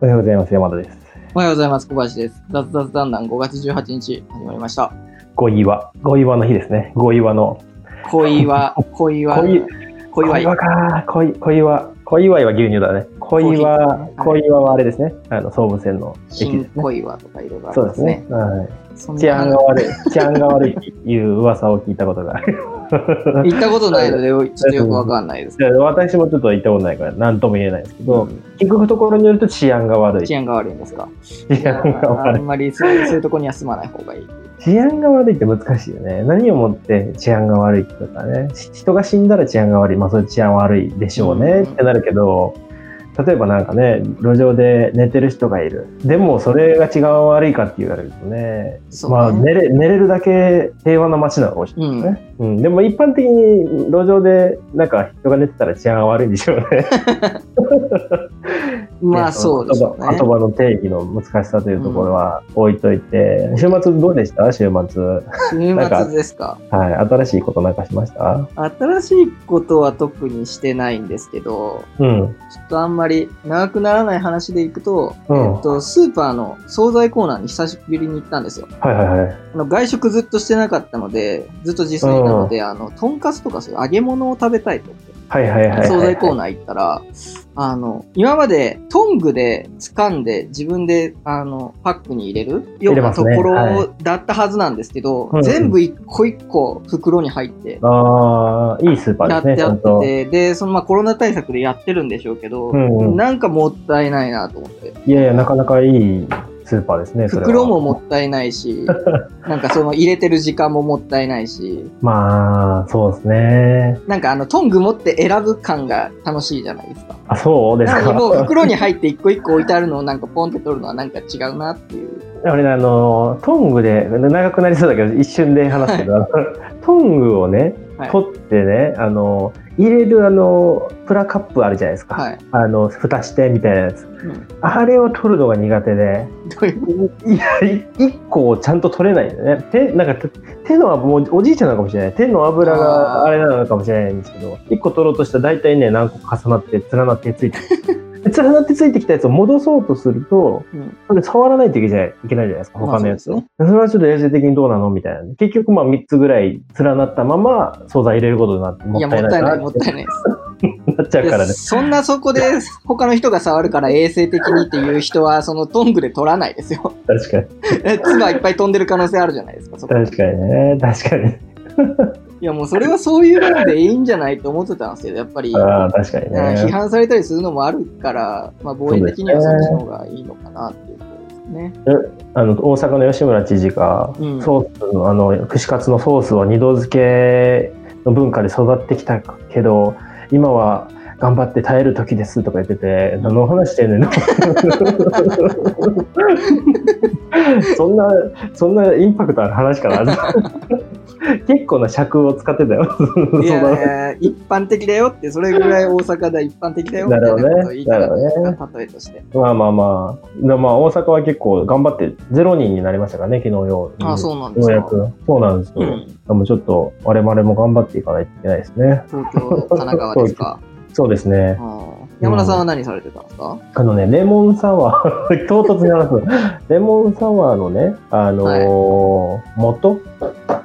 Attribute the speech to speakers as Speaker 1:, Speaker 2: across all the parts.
Speaker 1: おはようございます。山田です。
Speaker 2: おはようございます。小林です。雑雑談談5月18日始まりました。
Speaker 1: ご岩。ご岩の日ですね。ご岩の。
Speaker 2: 恋は、恋は、
Speaker 1: 恋
Speaker 2: 恋は、
Speaker 1: 小岩か。小い小岩。小岩は牛乳だね。小岩、
Speaker 2: コー
Speaker 1: 小
Speaker 2: ヒー
Speaker 1: 岩はあれですね。あの、総武線の駅
Speaker 2: 新
Speaker 1: ですね。
Speaker 2: 恋はとかいろいろあり
Speaker 1: そうで
Speaker 2: ますすね
Speaker 1: ね。。は
Speaker 2: そん
Speaker 1: い。
Speaker 2: な
Speaker 1: 治安が悪い。治安が悪いっていう噂を聞いたことがある。
Speaker 2: 行ったこと ないので、ちょっとよくわかんないですけ
Speaker 1: で私もちょっと行ったことないから、何とも言えないですけ
Speaker 2: ど。
Speaker 1: ど、聞くところによると治安が悪い。
Speaker 2: 治
Speaker 1: 治
Speaker 2: 安が悪いんですか
Speaker 1: 安が
Speaker 2: あ
Speaker 1: 悪い。
Speaker 2: んまりそういうそういうとこには住まない方がいい。
Speaker 1: 治安が悪いって難しいよね。何をもって治安が悪いとかね。し人が死んだら治安が悪い。まあそれ治安悪いでしょう
Speaker 2: う
Speaker 1: ね
Speaker 2: ん
Speaker 1: ってなるけど、例えばなんかね、路上で寝てる人がいる。でもそれが治安悪いかって言われるとね、
Speaker 2: そうね
Speaker 1: まあ寝れ寝れるだけ平和な街なのかもしれ
Speaker 2: うん。
Speaker 1: ないね。うん。でも一般的に路上でなんか人が寝てたら治安が悪いんでしょうね。
Speaker 2: ま あ
Speaker 1: ね
Speaker 2: そうで
Speaker 1: 言
Speaker 2: すよ
Speaker 1: 葉
Speaker 2: ね
Speaker 1: 言。葉の定義の難しさというところは置いといて、週末どうでした週末。なん
Speaker 2: 週
Speaker 1: か
Speaker 2: 末ですか。
Speaker 1: はい、新しいことなんかしました
Speaker 2: 新しいことは特にしてないんですけど、
Speaker 1: うん。
Speaker 2: ちょっとあんまり長くならない話でいくと、
Speaker 1: うん
Speaker 2: えっと、スーパーの惣菜コーナーに久しぶりに行ったんですよ。
Speaker 1: はいはいはい。
Speaker 2: あの外食ずっとしてなかったので、ずっと自炊なので、あの、とんかつとかそういう揚げ物を食べたいと思って、
Speaker 1: はいはいはいはい。
Speaker 2: 惣菜コー
Speaker 1: ー。
Speaker 2: ナー行ったら、あの、今までトングで掴んで自分で、あの、パックに入れるよう
Speaker 1: れ
Speaker 2: な
Speaker 1: ます
Speaker 2: と
Speaker 1: ね
Speaker 2: こ
Speaker 1: は
Speaker 2: ろだったはずなんですけど、
Speaker 1: うん
Speaker 2: 全部一個一個袋に入って、
Speaker 1: ああ、いいスーパー
Speaker 2: や
Speaker 1: で
Speaker 2: っ
Speaker 1: すね、
Speaker 2: て
Speaker 1: ち
Speaker 2: あ
Speaker 1: ゃん
Speaker 2: っ
Speaker 1: と。
Speaker 2: てて、で、そのまあコロナ対策でやってるんでしょうけど、
Speaker 1: うんうん
Speaker 2: なんかもったいないなと思って。
Speaker 1: いやいや、なかなかいいスーパーですね、それは
Speaker 2: 袋ももったいな いし、なんかその入れてる時間ももったいないし、
Speaker 1: まあ、そうですね。
Speaker 2: なんかあのトング持って選ぶ感が楽しいじゃないですか。
Speaker 1: あ、そうです
Speaker 2: なの
Speaker 1: か
Speaker 2: に。もう袋に入って一個一個置いてあるのをなんかポンって取るのはなんか違うなっていう。
Speaker 1: 俺ね、あの、トングで、長くなりそうだけど、一瞬で話すけど、あ のトングをね
Speaker 2: はい、
Speaker 1: 取ってね、あの、入れるあの、プラカップあるじゃないですか。
Speaker 2: はい。
Speaker 1: あの、蓋してみたいなやつ。
Speaker 2: うん、ど
Speaker 1: あれを取るのが苦手で。
Speaker 2: ういう
Speaker 1: いや、い一個をちゃんと取れないんだよね。手、なんか手手の油、もうおじいちゃんなのかもしれない。手の油
Speaker 2: あー
Speaker 1: があれなのかもしれないんですけど、一個取ろうとしたら大体ね、何個か重なって、連なってついて くるで連なってついてきたやつを戻そうとすると、
Speaker 2: うん
Speaker 1: それ触らないといけないいけないじゃないですか、
Speaker 2: まあ
Speaker 1: 他のやつを。
Speaker 2: そう
Speaker 1: それはちょっと衛生的にどうなのみたいな。結局、まあ3つぐらい連なったまま、惣菜入れることになって、も
Speaker 2: いや、
Speaker 1: っ
Speaker 2: も
Speaker 1: たい
Speaker 2: っ
Speaker 1: な
Speaker 2: た
Speaker 1: い
Speaker 2: い
Speaker 1: な
Speaker 2: ない、
Speaker 1: っ
Speaker 2: もってたいないです。
Speaker 1: なっちゃうから
Speaker 2: で
Speaker 1: ね。
Speaker 2: そんなそこで他の人が触るから衛生的にっていう人は、そのトングで取らないですよ。
Speaker 1: 確かに。
Speaker 2: 唾いっぱい飛んでる可能性あるじゃないですか、そこ。
Speaker 1: 確かにね。確かに。
Speaker 2: いや、もうそれはそういうものでいいんじゃないと思ってたんですけど、やっぱり。
Speaker 1: ああ、確かに
Speaker 2: うん批
Speaker 1: ね。
Speaker 2: 判されたりするのもあるから、まあ、防衛的にはそっちの方がいいのかなっていうことですね。
Speaker 1: あの、大阪の吉村知事が、
Speaker 2: うん
Speaker 1: ソースの、あの、串カツのソースは二度漬けの文化で育ってきたけど、今は頑張って耐える時ですとか言ってて、何の話してんね んのそんな、そんなインパクトある話かな 結構な尺を使ってたよ。
Speaker 2: いや
Speaker 1: その
Speaker 2: いや一般的だよって、それぐらい大阪だ、一般的だよみ たいなことを言いたかったんですか、例えとして。
Speaker 1: まあまあまあ、でまあ大阪は結構頑張ってゼロ人になりましたからね、昨日よう。
Speaker 2: あそうなんで
Speaker 1: よ
Speaker 2: す
Speaker 1: うや
Speaker 2: か。
Speaker 1: く。そうなんですよ。
Speaker 2: うん、
Speaker 1: でもちょっと我々も頑張っていかないといけないですね。
Speaker 2: 東京、神奈川ですか。
Speaker 1: そうですね。
Speaker 2: うん山田さんは何されてたんですか、
Speaker 1: あのね、レモンサワー、 唐突に話す。レモンサワーのね、あのー元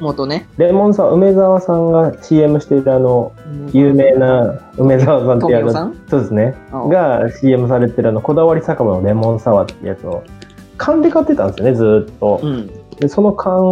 Speaker 2: 元ね。
Speaker 1: レモンサワー、梅沢さんが CM しているあの、有名な梅沢さんっていうあの
Speaker 2: 富雄さん
Speaker 1: そうですね。
Speaker 2: うん
Speaker 1: が CM されてるあの、こだわり酒場のレモンサワーってやつを、缶で買ってたんですよね、ずーっと。
Speaker 2: うん。
Speaker 1: でその缶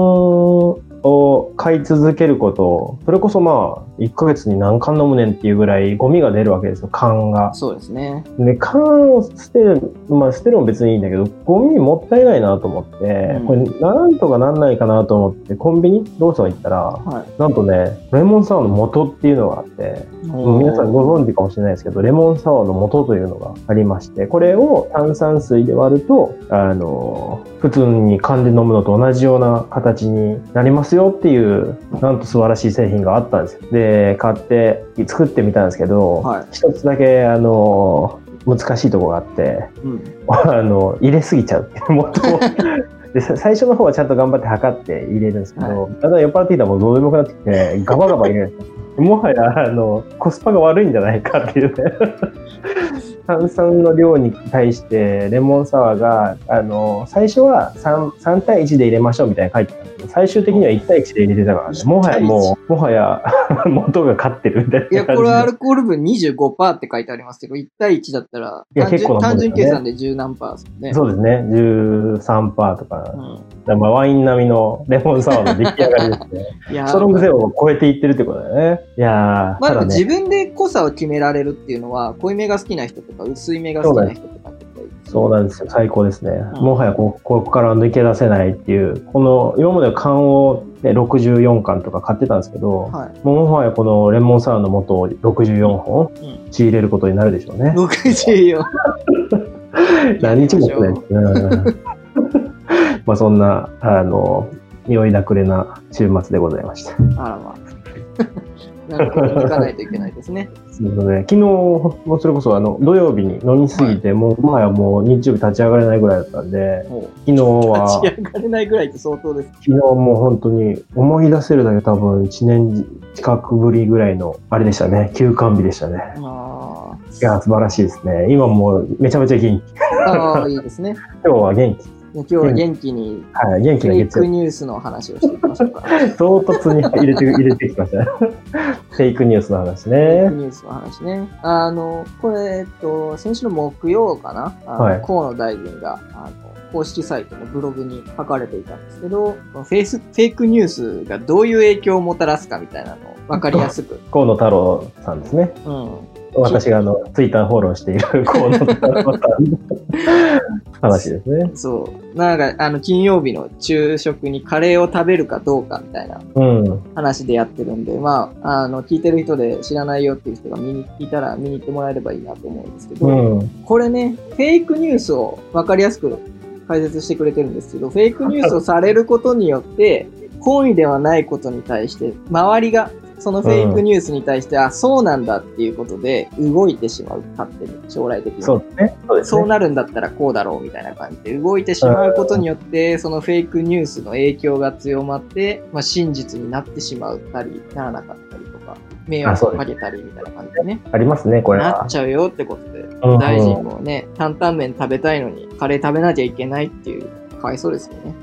Speaker 1: を買い続けることをそれこそまあ1ヶ月に何缶飲むねんっていうぐらいゴミが出るわけですよ缶が
Speaker 2: そうですね。
Speaker 1: で缶を捨てるまあ捨てるのも別にいいんだけどゴミもったいないなと思って、
Speaker 2: ん
Speaker 1: これなんとかなんないかなと思ってコンビニローソン行ったら
Speaker 2: は
Speaker 1: なんとねレモンサワーの元っていうのがあって
Speaker 2: い。
Speaker 1: もう皆さんご存知かもしれないですけど、レモンサワーの元というのがありまして、これを炭酸水で割ると、あの、普通に缶で飲むのと同じような形になりますよっていう、なんと素晴らしい製品があったんですよ。で、買って作ってみたんですけど、
Speaker 2: はい。
Speaker 1: 一つだけ、あの、難しいとこがあって、
Speaker 2: うん。
Speaker 1: あの、入れすぎちゃうって いう、元を。でさ最初の方はちゃんと頑張って測って入れるんですけど、だんだん酔っ払ってきたらもうどうでもよくなってきて、ガ バガバ入れるんですよ。もはや、あの、コスパが悪いんじゃないかっていうね。 炭酸の量に対してレモンサワーが、あの、最初は 3, 3対1で入れましょうみたいに書いてたんですけど、最終的には1対1で入れてたからね。もはやもう、もはや、 元が勝ってるみたい
Speaker 2: いや、
Speaker 1: な感
Speaker 2: こ
Speaker 1: じ
Speaker 2: れ
Speaker 1: で。
Speaker 2: アルコール分25%って書いてありますけど、1対1だったら
Speaker 1: いや
Speaker 2: 単
Speaker 1: 結構
Speaker 2: 純、
Speaker 1: なも
Speaker 2: 単
Speaker 1: んです
Speaker 2: 純
Speaker 1: よね
Speaker 2: 計算で10何パーですもんね。
Speaker 1: そうですね。13%とか。だか
Speaker 2: う
Speaker 1: らまあワイン並みのレモンサワーの出来上がりです ね。
Speaker 2: ん。いやー、
Speaker 1: その癖を超えていってるってことだよね。いやー、
Speaker 2: まあ
Speaker 1: た
Speaker 2: でも
Speaker 1: だ
Speaker 2: 自
Speaker 1: ね、
Speaker 2: 分で濃さを決められるっていうのは、濃いめが好きな人とか、薄いめが好きな人とかって言ったり
Speaker 1: そうなんですよ。最高ですね。
Speaker 2: ん
Speaker 1: もはやこここから抜け出せないっていう、この、今までは缶を、ね、64缶とか買ってたんですけど、
Speaker 2: はい。
Speaker 1: もはやこのレモンサワーの元を64本
Speaker 2: ん
Speaker 1: 仕入れることになるでしょうね。
Speaker 2: 64。
Speaker 1: 何日も来ないですね。 まあそんな、あの、酔いだくれな週末でございました。
Speaker 2: あ らまあ。なるほど。行かないといけないですね。
Speaker 1: そうですね、昨日、もそれこそあの土曜日に飲みすぎて、もうもはやもう日曜日立ち上がれないぐらいだったんで、
Speaker 2: もう
Speaker 1: 昨日は、
Speaker 2: 立ち上がれないぐらいって相当です。
Speaker 1: 昨日もう本当に思い出せるだけ多分1年近くぶりぐらいの、あれでしたね、休館日でしたね。
Speaker 2: あ
Speaker 1: いや、素晴らしいですね。今もうめちゃめちゃ元気。
Speaker 2: あ。ああ、いいですね。
Speaker 1: 今日は元気。
Speaker 2: 今日は元気に、
Speaker 1: はい、元気
Speaker 2: フ
Speaker 1: な
Speaker 2: ェイ
Speaker 1: 月
Speaker 2: ク
Speaker 1: 曜日。
Speaker 2: ニュースの話をしていきましょうか。フ
Speaker 1: 唐突に入れて、入れてきましたね。フェイクニュースの話
Speaker 2: ェイク
Speaker 1: ね。
Speaker 2: ニュースの話ね。あの、これ、えっと、先週の木曜かな、あの
Speaker 1: はい
Speaker 2: 河野大臣が、あの、公式サイトのブログに書かれていたんですけど、フェイス、フェイクニュースがどういう影響をもたらすかみたいなのを分かりやすく。
Speaker 1: 河野太郎さんですね。
Speaker 2: うん。
Speaker 1: 私があの、ツイッターフォローしている河野太郎さんの話ですね。
Speaker 2: そう。なんか、あの、金曜日の昼食にカレーを食べるかどうかみたいな
Speaker 1: うん。
Speaker 2: 話でやってるんで、まあ、あの、聞いてる人で知らないよっていう人が見にいたら見に行ってもらえればいいなと思うんですけど、
Speaker 1: うん。
Speaker 2: これね、フェイクニュースをわかりやすく解説してくれてるんですけど、フェイクニュースをされることによって、本意ではないことに対して、周りが、そのフェイクニュースに対して、あ、そうなんだっていうことで、動いてしまう、勝手に、将来的に。
Speaker 1: そうですね。そうです
Speaker 2: そう
Speaker 1: ね。
Speaker 2: なるんだったらこうだろうみたいな感じで動いてしまうことによって、そのフェイクニュースの影響が強まって、まあ、真実になってしまったり、ならなかったりとか、迷惑をかけたりみたいな感じでね、
Speaker 1: ありますね、これ
Speaker 2: な
Speaker 1: は
Speaker 2: っ。ちゃうよってことで、
Speaker 1: うん
Speaker 2: 大臣もね、担々麺食べたいのにカレー食べなきゃいけないっていう、かわいそうですよね。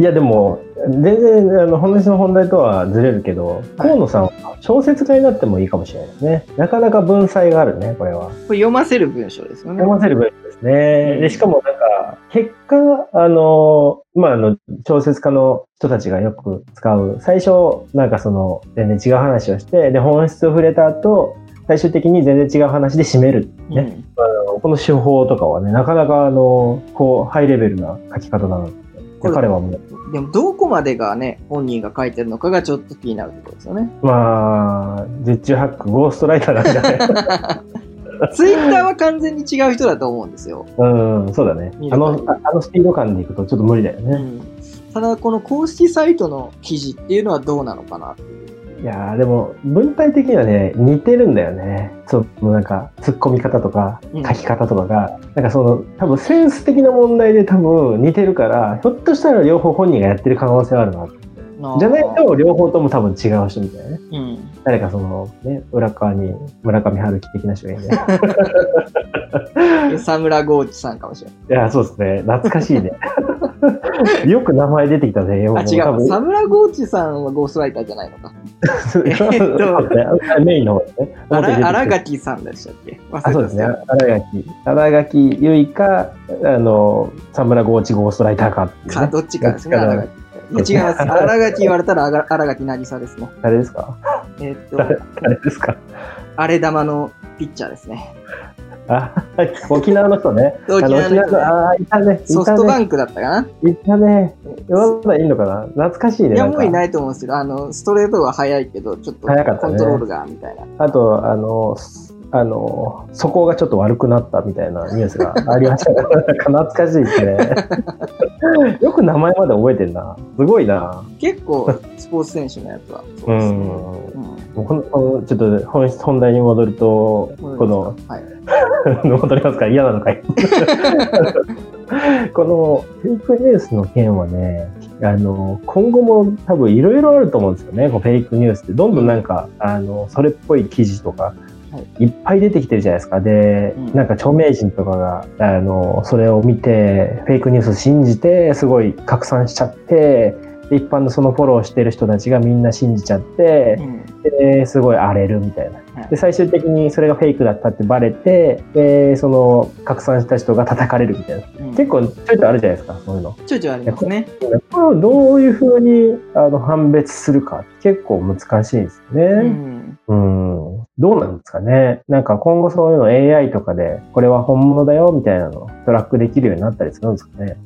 Speaker 1: いや、でも、全然、あの、話の本題とはずれるけど、河野さんは小説家になってもいいかもしれないですね。なかなか文才があるね、これは。
Speaker 2: これ読ませる文章ですよね
Speaker 1: 読。ませる文章ですね。で、しかもなんか、結果、あの、まあ、あの、小説家の人たちがよく使う、最初、なんかその、全然違う話をして、で、本質を触れた後、最終的に全然違う話で締める。ね。
Speaker 2: うん
Speaker 1: あのこの手法とかはね、なかなか、あの、こう、ハイレベルな書き方だなって。
Speaker 2: これ
Speaker 1: 彼はもう、
Speaker 2: でも、どこまでがね、本人が書いてるのかがちょっと気になるところですよ ね。
Speaker 1: まあ、絶中ハック、ゴーストライターなんじゃない
Speaker 2: ツイッターは完全に違う人だと思うんですよ。
Speaker 1: うん、そうだね
Speaker 2: 見。る
Speaker 1: あ
Speaker 2: 限
Speaker 1: の
Speaker 2: り、
Speaker 1: ああのスピード感でいくとちょっと無理だよね。
Speaker 2: ただこの公式サイトの記事っていうのはどうなのかなっていう
Speaker 1: いやーでも、文体的にはね、似てるんだよね。そう、もうなんか、突っ込み方とか、
Speaker 2: う
Speaker 1: 書
Speaker 2: ん
Speaker 1: き方とかが、なんかその、多分センス的な問題で多分似てるから、ひょっとしたら両方本人がやってる可能性はあるな。
Speaker 2: の
Speaker 1: じゃないと、両方とも多分違う人みたいなね。
Speaker 2: うん、
Speaker 1: 誰かその、ね、裏側に村上春樹的な 人がいるね。
Speaker 2: サムラゴーチさんかもしれない
Speaker 1: いや、そうですね。懐かしいね。 よく名前出てきたね。も
Speaker 2: あ違
Speaker 1: 多
Speaker 2: う
Speaker 1: 分
Speaker 2: わサムラゴーチさんはゴーストライターじゃないのか
Speaker 1: そうですねメインの方ですね。
Speaker 2: あ
Speaker 1: 表に出てき
Speaker 2: ら
Speaker 1: た
Speaker 2: 新垣さんでしたっけ忘れ
Speaker 1: あそうですね。新垣。新垣結衣か、あの、サムラゴーチゴーストライターかっていう
Speaker 2: か
Speaker 1: ね、
Speaker 2: どっちかですね
Speaker 1: どっ
Speaker 2: 新
Speaker 1: ちかだ
Speaker 2: 垣いや違います新垣言われたらあが新垣渚ですね
Speaker 1: 誰ですか
Speaker 2: えーっ
Speaker 1: 誰
Speaker 2: と
Speaker 1: 誰ですか
Speaker 2: 荒れ玉のピッチャーですね
Speaker 1: あ、 沖縄の人ね。あ
Speaker 2: 沖
Speaker 1: の
Speaker 2: 縄
Speaker 1: 沖縄
Speaker 2: のね
Speaker 1: の、あ、いたね。い
Speaker 2: ソフ
Speaker 1: た
Speaker 2: トバ
Speaker 1: ね。
Speaker 2: ンクだったかない
Speaker 1: たね。まだいいのかな懐かしいね。
Speaker 2: いや
Speaker 1: なん
Speaker 2: も
Speaker 1: か
Speaker 2: ういないと思うんですけどあのストレートが速いけどちょっと
Speaker 1: 速かった
Speaker 2: コ
Speaker 1: ね
Speaker 2: ントロールがみたいな
Speaker 1: あと、あの、すあの、そこがちょっと悪くなったみたいなニュースがありました から、なんか懐かしいですね。 よく名前まで覚えてんな。すごいな。
Speaker 2: 結構スポーツ選手のやつはそう
Speaker 1: う
Speaker 2: です
Speaker 1: ん。
Speaker 2: ね
Speaker 1: も
Speaker 2: うん
Speaker 1: うこのこのちょっと本質本題に戻ると、この、
Speaker 2: はい、
Speaker 1: 戻りますか嫌なのかい このフェイクニュースの件はねあの今後も多分いろいろあると思うんですよねこうフェイクニュースってどんどんなんかあのそれっぽい記事とかいっぱい出てきてるじゃないですか。で、
Speaker 2: うん
Speaker 1: なんか著名人とかが、あの、それを見て、フェイクニュース信じて、すごい拡散しちゃって、で一般のそのフォローしてる人たちがみんな信じちゃって
Speaker 2: う、ん
Speaker 1: ですごい荒れるみたいな
Speaker 2: はい。
Speaker 1: で、最終的にそれがフェイクだったってバレて、で、その拡散した人が叩かれるみたいな。
Speaker 2: うん
Speaker 1: 結構ちょいとあるじゃないですか、そういうの。
Speaker 2: ちょいちょいありますね。
Speaker 1: これをどういうふうにあの判別するかって結構難しいです
Speaker 2: う
Speaker 1: ね。
Speaker 2: ん。
Speaker 1: うん、どうなんですかね。なんか今後そういうの AI とかでこれは本物だよみたいなのトラックできるようになったりするんですかね。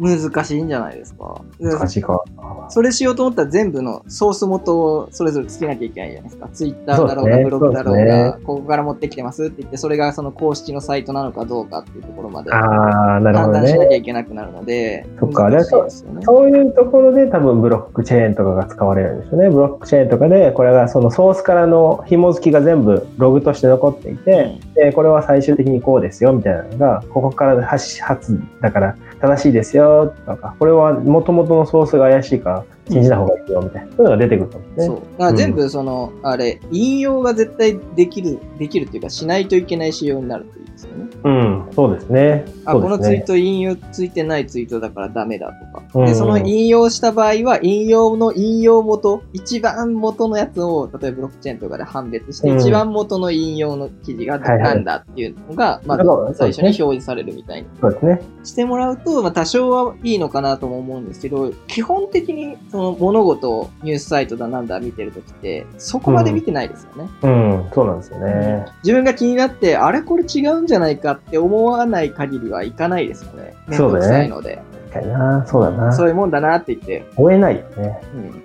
Speaker 2: 難しいんじゃないですか。
Speaker 1: 難しいか。
Speaker 2: それしようと思ったら全部のソース元をそれぞれつけなきゃいけないじゃないですか。ツイッターだろ
Speaker 1: そ
Speaker 2: うが、
Speaker 1: うですね
Speaker 2: ブログだろ
Speaker 1: そう
Speaker 2: う
Speaker 1: です
Speaker 2: が、ここから持ってきてますって言って、それがその公式のサイトなのかどうかっていうところまで判
Speaker 1: ああ、なるほど
Speaker 2: 断しな
Speaker 1: ね。
Speaker 2: きゃいけなくなるので、
Speaker 1: そっか
Speaker 2: 難しいですよね。
Speaker 1: そういうところで多分ブロックチェーンとかが使われるんですよね。ブロックチェーンとかでこれがそのソースからの紐付きが全部ログとして残っていて、でこれは最終的にこうですよみたいなのがここから発発だから正しいですよとかこれはもともとのソースが怪しいから信じた方がいいよみたいな、そういうのが出てくるかもね
Speaker 2: そう。だから全部その、あれ、引用が絶対できる、できるっていうか、しないといけない仕様になるっていうんですよね。
Speaker 1: うんそうですね
Speaker 2: あ、
Speaker 1: そう
Speaker 2: こ
Speaker 1: です
Speaker 2: のツイー
Speaker 1: ね
Speaker 2: ト引用ついてないツイートだからダメだとか。
Speaker 1: うんう
Speaker 2: で、
Speaker 1: ん
Speaker 2: その引用した場合は、引用の引用元、一番元のやつを、例えばブロックチェーンとかで判別して、
Speaker 1: うん
Speaker 2: 一番元の引用の記事が
Speaker 1: はいはい
Speaker 2: なんだっていうのが、ま
Speaker 1: だから
Speaker 2: ず最初に表示されるみたいに
Speaker 1: そうですね
Speaker 2: してもらうと、まあ多少はいいのかなとも思うんですけど、基本的にその物事をニュースサイトだなんだ見てるときって、そこまで見てないですよね。
Speaker 1: うんそうなんですよね
Speaker 2: 自分が気になって、あれこれ違うんじゃないかって思わない限りはいかないですよね。めん
Speaker 1: そ
Speaker 2: ど
Speaker 1: うだね
Speaker 2: くさいので。
Speaker 1: 確かになそうだな
Speaker 2: そういうもんだなって言って、
Speaker 1: 追えないよね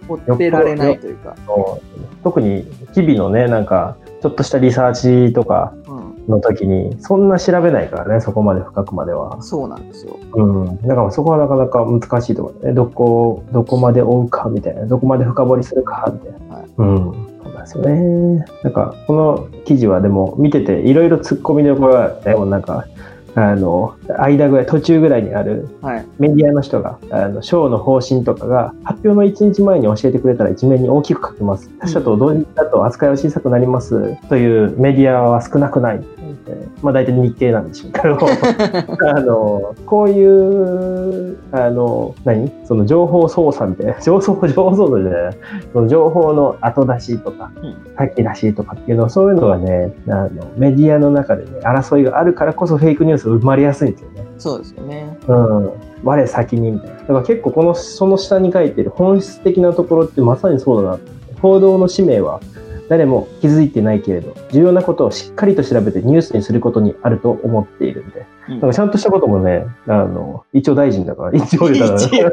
Speaker 2: 追ってられないというか。
Speaker 1: そう特に日々のねなんかちょっとしたリサーチとか
Speaker 2: うん、
Speaker 1: の時にそんな調べないからねそこまで深くまでは
Speaker 2: そうなんですよ。
Speaker 1: うん、だからそこはなかなか難しいところだね。どこ、どこまで追うかみたいな、どこまで深掘りするかみたいな。
Speaker 2: はい
Speaker 1: うん。そうなんですよね。なんか、この記事はでも見てて、いろいろ突っ込みどころがあって、もうなんか、あの、間ぐらい、途中ぐらいにある
Speaker 2: はい。
Speaker 1: メディアの人が、あの、ショーの方針とかが、発表の1日前に教えてくれたら一面に大きく書きます。他社と同時だと扱いは小さくなります。というメディアは少なくない。まあ大体日経なんでしょうけ ど。あの、こういう、あの、何その情報操作みたいな、 情報、情報操作じゃない、その情報の後出しとか
Speaker 2: うん、
Speaker 1: 先出しとかっていうの、そういうのがね、あの、メディアの中でね、争いがあるからこそフェイクニュースが生まれやすいんですよね。
Speaker 2: そうですよね。
Speaker 1: うん。我先にみたいな。だから結構この、その下に書いてる本質的なところってまさにそうだなって。報道の使命は、誰も気づいてないけれど、重要なことをしっかりと調べてニュースにすることにあると思っているみたいな。
Speaker 2: うん
Speaker 1: なんかちゃんとしたこともね、あの、一応大臣 だから、一応だから、
Speaker 2: 一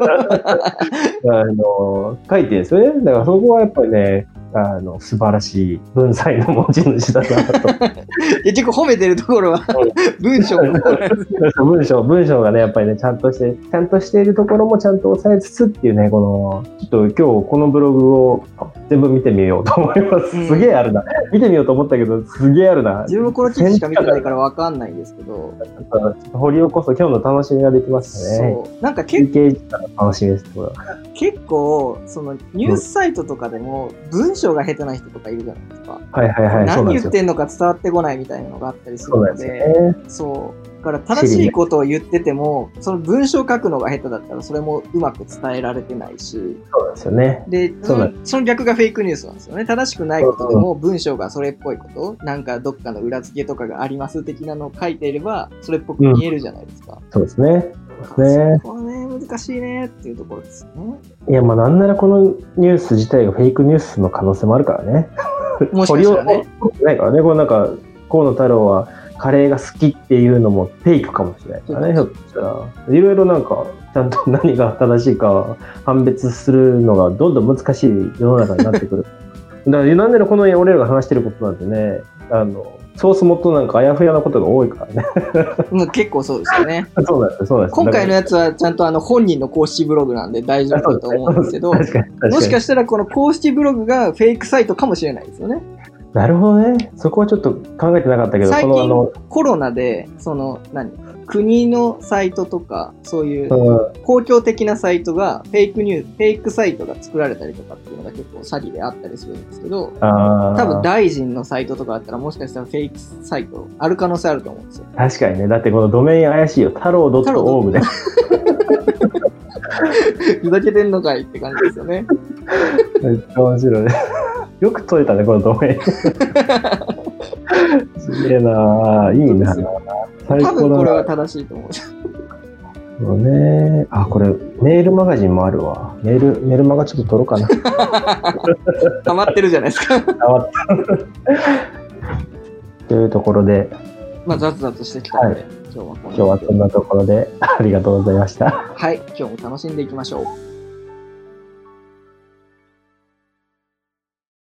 Speaker 2: 応
Speaker 1: あの、書いてるんですよね。だからそこはやっぱりね、あの、素晴らしい文才の持ち主だなと。
Speaker 2: 結局褒めてるところは
Speaker 1: う、
Speaker 2: 文章が
Speaker 1: 文章、文章がね、やっぱりね、ちゃんとして、ちゃんとしているところもちゃんと抑えつつっていうね、この、ちょっと今日このブログを全部見てみようと思います。
Speaker 2: うん
Speaker 1: すげえあるな。見てみようと思ったけど、すげえあるな。
Speaker 2: 自分もこの記事しか見てないからわかんないんですけど、
Speaker 1: ちょっと掘り起こす今日の楽しみができますね。
Speaker 2: そう。なんか
Speaker 1: 休
Speaker 2: け
Speaker 1: 憩時間の楽しみです、これは。
Speaker 2: 結構、そのニュースサイトとかでも文章が下手な人とかいるじゃないですか。
Speaker 1: はいはいはい。そうな
Speaker 2: 何
Speaker 1: んです
Speaker 2: 言っ
Speaker 1: よ。
Speaker 2: てんのか伝わってこないみたいなのがあったりする
Speaker 1: そうな
Speaker 2: の
Speaker 1: んです
Speaker 2: で、
Speaker 1: よね。
Speaker 2: そう。だから正しいことを言ってても、その文章書くのが下手だったらそれもうまく伝えられてないし、
Speaker 1: そうなんですよね。
Speaker 2: で、
Speaker 1: そ
Speaker 2: そう
Speaker 1: だ
Speaker 2: のその逆がフェイクニュースなんですよね。正しくないことでも文章がそれっぽいこと、なんかどっかの裏付けとかがあります的なのを書いていれば、それっぽく見えるじゃないですか。
Speaker 1: そうですね。ね
Speaker 2: そこはね、難しいねっていうところですよね。
Speaker 1: いや、まあなんならこのニュース自体がフェイクニュースの可能性もあるからね。
Speaker 2: もし
Speaker 1: 掘
Speaker 2: か
Speaker 1: り
Speaker 2: した
Speaker 1: 起
Speaker 2: らね。
Speaker 1: こってないからね。これなんか、河野太郎はカレーが好きっていうのもフェイクかもしれないからね、ひょっとしたら。いろいろなんか、ちゃんと何が正しいか判別するのがどんどん難しい世の中になってくる。 だから、なんならこの俺らが話してることなんてね、あの、ソース元なんかあやふやなことが多いからね。
Speaker 2: うん、結構そうですよね。
Speaker 1: そうなんですよそうなんですよ
Speaker 2: 今回のやつはちゃんとあの本人の公式ブログなんで大丈夫だと思うんですけど、
Speaker 1: 確かに確かに
Speaker 2: もしかしたらこの公式ブログがフェイクサイトかもしれないですよね。
Speaker 1: なるほどね。そこはちょっと考えてなかったけど、
Speaker 2: 最
Speaker 1: このあ
Speaker 2: 近
Speaker 1: の、
Speaker 2: コロナで、その、何国のサイトとか、そういう
Speaker 1: うん
Speaker 2: 公共的なサイトが、フェイクニュース、フェイクサイトが作られたりとかっていうのが結構詐欺であったりするんですけど、
Speaker 1: あー
Speaker 2: 多分大臣のサイトとかあったらもしかしたらフェイクサイトある可能性あると思うんですよ。
Speaker 1: 確かにね。だってこのドメイン怪しいよ。太郎 .org で。
Speaker 2: ふざけてんのかいって感じです よね。
Speaker 1: めっちゃ面白い。 よく取れたね、このド メイン。すげえなあいいな最
Speaker 2: 多分こ
Speaker 1: 高
Speaker 2: れ
Speaker 1: だ
Speaker 2: は
Speaker 1: な。
Speaker 2: 正しいと 思う。
Speaker 1: そうね。あ、これ、メールマガジンもあるわ。メール、メールマガちょっと撮ろうか な。
Speaker 2: ハマってるじゃないですか。
Speaker 1: というところで、
Speaker 2: まあ雑々してきたので、今日はこんな
Speaker 1: 今日はそんなところで、ありがとうございました。
Speaker 2: はい、今日も楽しんでいきましょう。